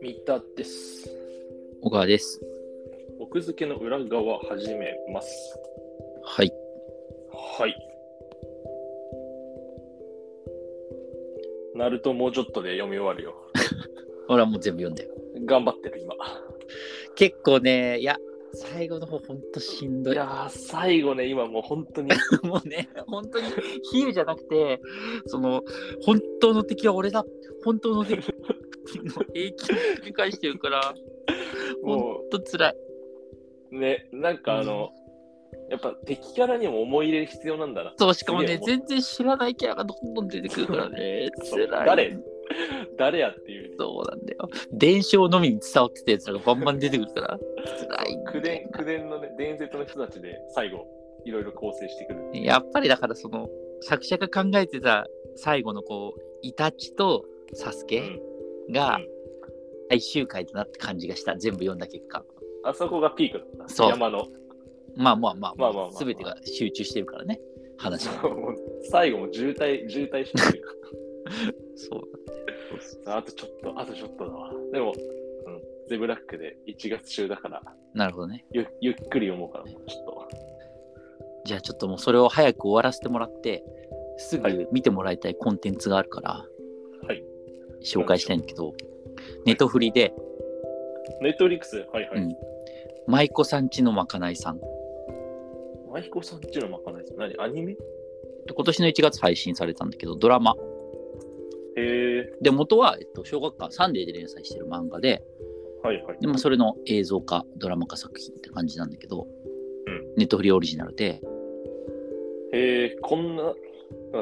三田です。小川です。奥付けの裏側始めます。はい。はい。ナルトもうちょっとで読み終わるよ。ほら、もう全部読んだよ。頑張ってる今。結構ね、いや、最後の方、ほんとしんどいい。やー最後ね今もう本当に もうね、本当に、比喩じゃなくて、その、本当の敵は俺だ。本当の敵の平均を繰り返してるから、ほもんと辛い。うねなんかあの、やっぱ敵キャラにも思い入れ必要なんだな。そう、しかもねす、げえ全然知らないキャラがどんどん出てくるから ね、そう辛い。誰誰やっていう、そうなんだよ。伝承のみに伝わってたやつらがバンバン出てくるから、辛いんだよ口伝口伝のね伝説の人たちで最後いろいろ構成してくる。やっぱりだからその作者が考えてた最後のこうイタチとサスケがうん最終回だなって感じがした全部読んだ結果あそこがピークだった。そう山の。まあまあままあまああままああまあ全てが集中してるからね話がもう最後も渋滞、渋滞してる。そうなんだよあとちょっと、あとちょっとだわ。でも、うん、ゼブラックで1月中だから、なるほどねゆゆっくり読もうかな、もうちょっと。じゃあちょっともうそれを早く終わらせてもらってすはいぐ見てもらいたいコンテンツがあるからはい紹介したいんだけどネトフリでネットフリックス、はいはい。うん舞妓さんちのまかないさんマイコさんちのまかないです何アニメ今年の1月配信されたんだけどドラマへえ、で元は、えっと、小学館サンデーで連載してる漫画ではいはい。で、まあ、それの映像化ドラマ化作品って感じなんだけど、うんネットフリオリジナルで、へえ、こんな、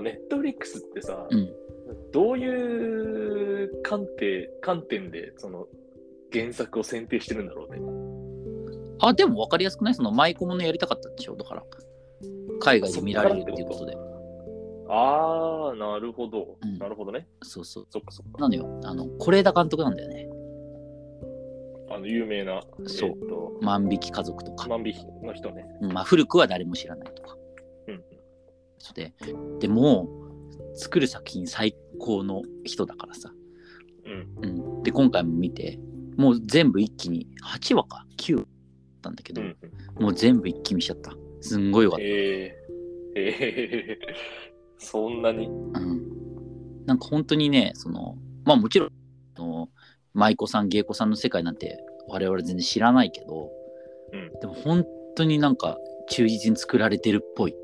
ネットフリックスってさ、うん、どういう観点、観点で、その、原作を選定してるんだろうね。あでも分かりやすくないその舞妓ものやりたかったんでしょだから海外で見られるっていうことであー、なるほど。うんなるほどね。そうそうそっかそっか。なのよあの是枝監督なんだよねあの、有名な、そうえーっと、 「万引き家族」とか、万引きの人ね。うんまあ、古くは誰も知らないとかうん。そうででも作る作品最高の人だからさ、うん。うん、で今回も見てもう全部一気に8話か9話だったんだけうど、ん。もう全部一気見しちゃった。すんごいよかっえー、えー、 そんなに。た。うん。なんか本当にね、その、まあもちろん、あの舞妓さん、芸妓さんの世界なんて我々全然知らないけど、うんでも本当になんか忠実に作られてるっぽい。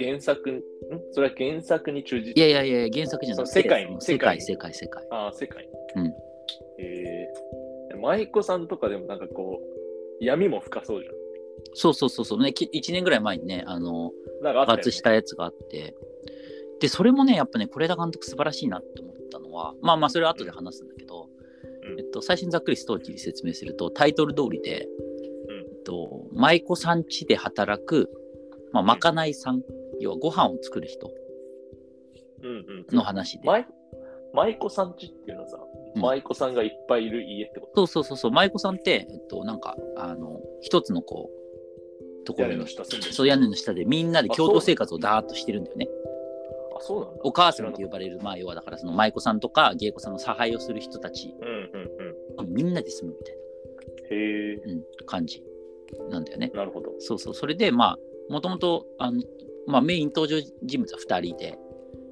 原作、んそれは原作に忠実。いやいやいや、原作じゃなくて、そう世界にその世界、世世界、世界。ああ、世界。うんええー、舞妓さんとかでもなんかこう、闇も深そうじゃん。そうそうそうそう、ね、き1年ぐらい前にね、あの、なんかあったよ、ね。抜したやつがあって、で、それもね、やっぱね、是枝監督素晴らしいなって思ったのは、まあまあ、それは後で話すんだけど、うんえっと、最初にざっくりストーリー説明すると、タイトル通りで、うんえっと、舞妓さん家で働く、まあ、まかないさん、要はご飯を作る人うんうん。の話で、舞舞妓さんちっていうのはさ、うん舞妓さんがいっぱいいる家ってこそうそうそうそう、舞妓さんって、えっと、なんか、あの、一つのこう、ととこ屋ろ根のに、下住んでる。そう屋根の下でみんなで共同生活をダーッとしてるんだよね。あ、そうなんだ。お母さんと呼ばれる、まあ、要はだからその舞妓さんとか芸妓さんの差配をする人たちうんうんうん。みんなで住むみたいへえ、な、うん、感じなんだよね。なるほど。そうそうそれでまあもともとあの、まあ、メイン登場人物は2人で、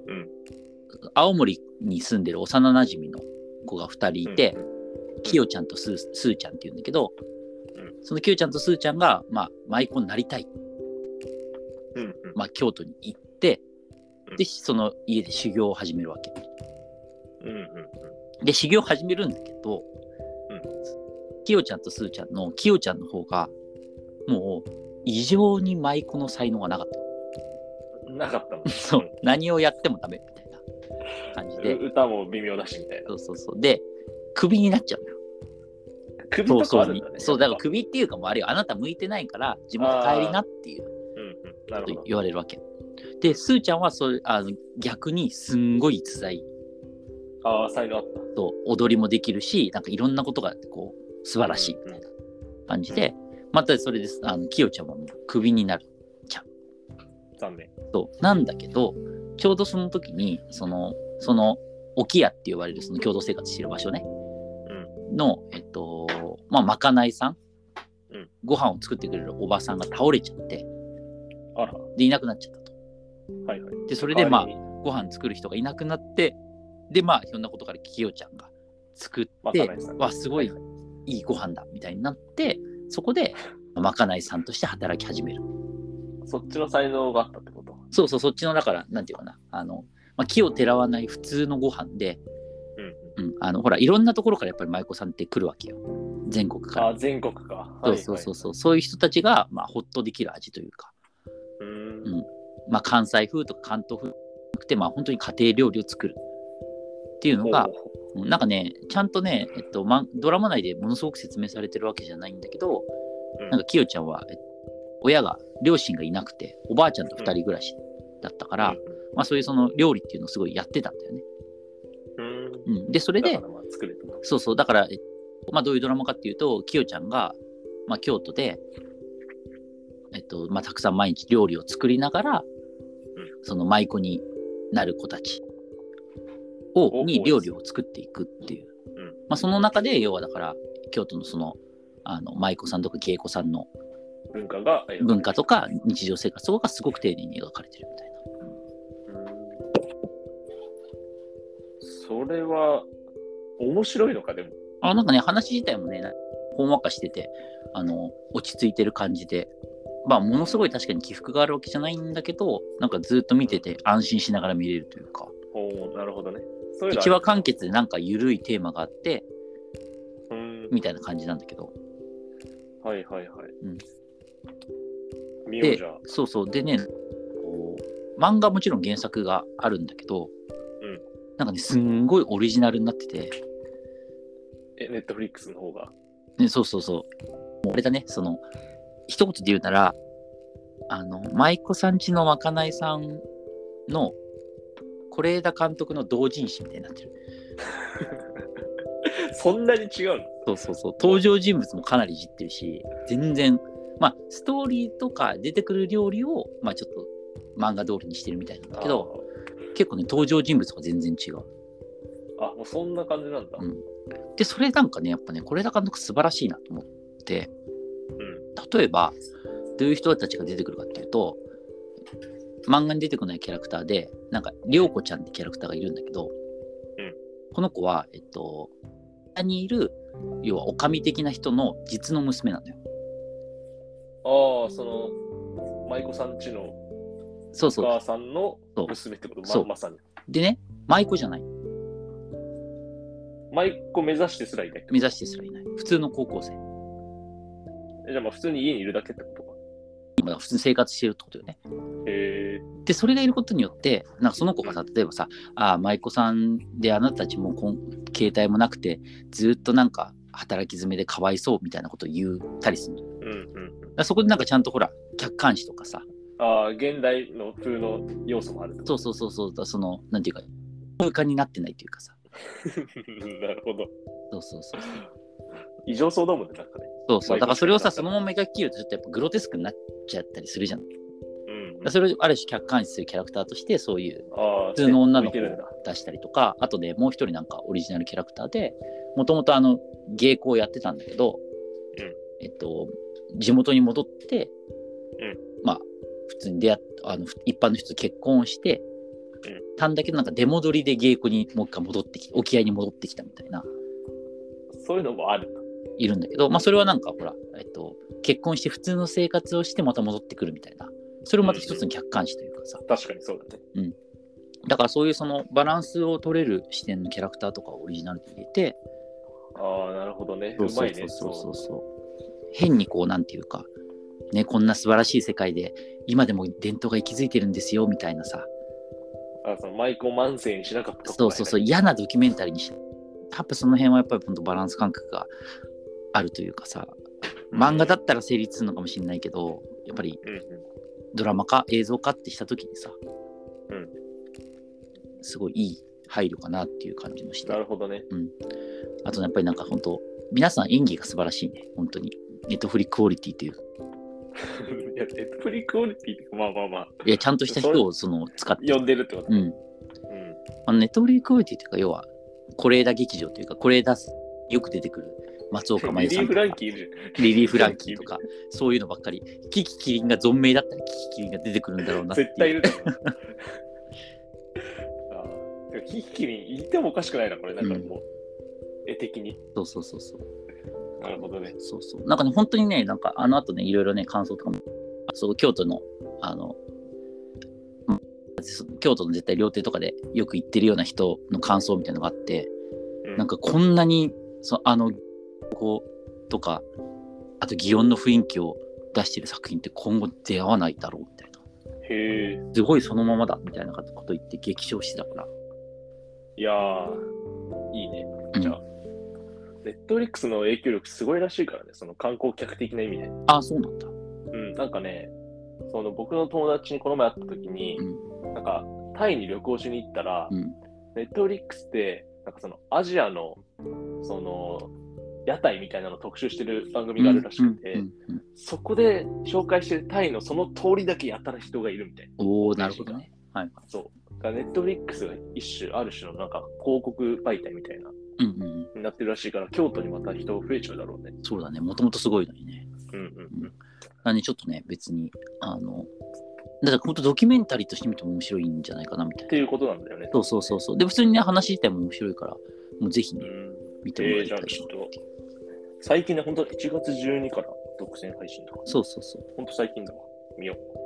うん青森に住んでる幼なじみの子が2人いて、うんうんきよちゃんとすーすーちゃんっていうんだけど、うそのきよちゃんとすーちゃんが、まあ、舞妓になりたい、うんうんまあ、京都に行ってうんでその家で修行を始めるわけ。うんうんうん。で修行始めるんだけど、うんきよちゃんとすーちゃんのきよちゃんの方がもう異常に舞妓の才能がなかったなかったの。 そう何をやってもダメみたいな感じでう歌も微妙だしみたいな。そうそうそうでクビになっちゃうのよ首そとうそかあうるんにだね。そうだから首。クビっていうかもうあれよあなた向いてないから地元帰りなっていううんうん。なるほとど。言われるわけでスーちゃんはそれあの逆にすんごい逸材ああ、才能あった。と踊りもできるしなんかいろんなことがこう素晴らしいみたいな感じで、またそれですあのきよちゃんはもうクビになる残念。そうなんだけどちょうどその時にそのその沖屋って言われるその共同生活してる場所ね、の、えっとまあ、まかないさん、うんご飯を作ってくれるおばさんが倒れちゃってあら、でいなくなっちゃったとはいはい。でそれでまあ代わりにご飯作る人がいなくなってでまあひょんなことからきよちゃんが作ってまかないさんわすごいいいご飯だみたいになってそこでまかないさんとして働き始めるそっちの才能があったってこと。そうそうそっちのだからなんていうかなあの、まあ、木をてらわない普通のご飯で、うん。うん、あのほらいろんなところからやっぱり舞妓さんって来るわけよ全国からあ、全国か。そうそうそうそう、そういう人たちが、まあ、ほっとできる味というか、う。はいはい、うーうんん。まあ、関西風とか関東風じゃなくて、まあ、本当に家庭料理を作るっていうのが、うんなんかね、ちゃんとね、えっとま、ドラマ内でものすごく説明されてるわけじゃないんだけど、うんなんか、きよちゃんは、えっと親が、両親がいなくて、おばあちゃんと二人暮らしだったから、まあ、そういうその料理っていうのをすごいやってたんだよね。うん。うん、で、そそれで、まあ作れたと。そうそう、だから、えっとまあ、どういうドラマかっていうと、きよちゃんが、まあ、京都で、えっとまあ、たくさん毎日料理を作りながら、その舞妓になる子たちをおに料理を作っていくっていう、うんまあ、その中で要はだから京都のそのあの舞妓さんとか芸妓さんの文化が。えー文化とか日常生活とかがすごく丁寧に描かれてるみたいな。それは、面白いのか、でも。あなんかね話自体もねほんわかしててあの落ち着いてる感じで、まあ、ものすごい確かに起伏があるわけじゃないんだけどなんかずっと見てて安心しながら見れるというかおおなるほどね。そういうのある一話完結でなんか緩いテーマがあってうん。みたいな感じなんだけどはいはいはい。うん見ようでじゃあ。そうそうでねこう漫画もちろん原作があるんだけど、うんなんかねすんごいオリジナルになってて、え、ネットフリックスの方が。 ね、そうそうそうもうあれだねその一言で言うならあの舞妓さんちのまかないさんの是枝監督の同人誌みたいになってるそんなに違うのそうそうそう登場人物もかなりいじってるし全然まあストーリーとか出てくる料理をまあちょっと漫画通りにしてるみたいなんだけど結構ね登場人物が全然違うあーあ、もうそんな感じなんだ。うんでそれなんかねやっぱね是枝監督素晴らしいなと思ってうん。例えばどういう人たちが出てくるかっていうと漫画に出てこないキャラクターでなんか涼子ちゃんってキャラクターがいるんだけど、うんこの子はえっと下にいる要は女将的な人の実の娘なのよああ、その、舞妓さんちのそうおそう母さんのそう娘ってこと、そうままさに。でね舞妓じゃない舞妓目指してすらいないってこ目指してすらいない普通の高校生と。えじゃあまあ普通に家にいるだけってことか。今普通に生活してるってことよねへえ。でそれがいることによってなんかその子がさ例えばさ「ああ舞妓さんであなたたちもこん携帯もなくてずっとなんか働き詰めでかわいそう」みたいなことを言ったりするのだかうんうんうん。らそこでなんかちゃんとほら客観視とかさああ、現代の風の要素もあるってことそうそうそうそうだそのなんていうか空間になってないというかさ なるほど。そうそうそう異常そうだもんね、なんかね。そうそ舞う妓だからそれをささそんだのまま描き切るとちょっとやっぱグロテスクになっちゃったりするじゃんだかうん、らそれをある種客観視するキャラクターとしてそういうああ、普通の女の向い子てをるんだ。出したりとかあとねもう一人なんかオリジナルキャラクターでもともとあの芸妓をやってたんだけど、うんえっと地元に戻って、うんまあ普通に出会っあのふ一般の人と結婚して、うんたんだけどなんか出戻りで芸妓にもう一回戻ってき沖合に戻ってきたみたいなそういうのもあるんだ。いるんだけど、まあ、それはなんかほら、えっと、結婚して普通の生活をしてまた戻ってくるみたいなそれもまた一つの客観視というかさ、確かにそうだね。だからそういうそのバランスを取れる視点のキャラクターとかをオリジナルで入れてああ、なるほどね。うそうそまういそね。うそうそうそう変にこうなんていうかねこんな素晴らしい世界で今でも伝統が息づいてるんですよみたいなさそうあそのマイクを万世にしなかったとこそうそうそう嫌なドキュメンタリーにしやっぱその辺はやっぱりほんとバランス感覚があるというかさ漫画だったら成立するのかもしれないけどやっぱりうんうん。ドラマ化映像化ってした時にさ、うんすごいいい配慮かなっていう感じもしてなるほどね。あとねやっぱりなんか本当皆さん演技が素晴らしいね本当にネットフリクオリティといういや、ネットフリクオリティって、まあまあまあ、いや、ちゃんとした人をその使って、呼んでるってこと。うん。うん。あのネットフリークオリティというか、要は、是枝劇場というか、是枝よく出てくる松岡真リ優リさんー・とフか、ランキーいるじゃん。リリー・フランキーとか、そういうのばっかり、キキキリンが存命だったらキキキリンが出てくるんだろうなっていう絶対いるだろう。ああでもヒッキリンいてもおかしくないな、これ、なんかもう、絵的に。そうそうそうそう。なるほどね。そうそう。なんかね、本当にね、なんかあの後ね、いろいろね、感想とかも、そう、京都の、あの、ま京都の絶対料亭とかでよく行ってるような人の感想みたいなのがあって、うんなんかこんなに、そあの、こう、とか、あと祇園の雰囲気を出してる作品って今後出会わないだろうみたいな。へえ。すごいそのままだみたいなこと言って激賞してたから。いやー、いいね。うんじゃあ、ネットリックスの影響力すごいらしいからね、その観光客的な意味で。ああ、そうなんだ。うん、なんかね、その僕の友達にこの前会った時に、なんかタイに旅行しに行ったら、うん。ネットフリックスって、なんかそのアジアの、その、屋台みたいなのを特集してる番組があるらしくて、うんうんうんそこで紹介してるタイのその通りだけやたら人がいるみたいな。おおなるほどね。はい。そう。だからネットフリックスが一種、ある種のなんか広告媒体みたいな、うんうんうん。になってるらしいから、京都にまた人増えちゃうだろうね。そうだね。もともとすごいのにね。うんうんなんでちょっとね、別に、あの、だから本当ドキュメンタリーとしてみても面白いんじゃないかなみたいっな。ていうことなんだよね。そうそうそうそう。で、普通にね、話自体も面白いから、もうぜひうね、ん。見てもらえー、いじたゃいあちょっな。と、最近ね、ほんと1月12から独占配信とか、そうそうそう。ほんと最近だわ。見よう。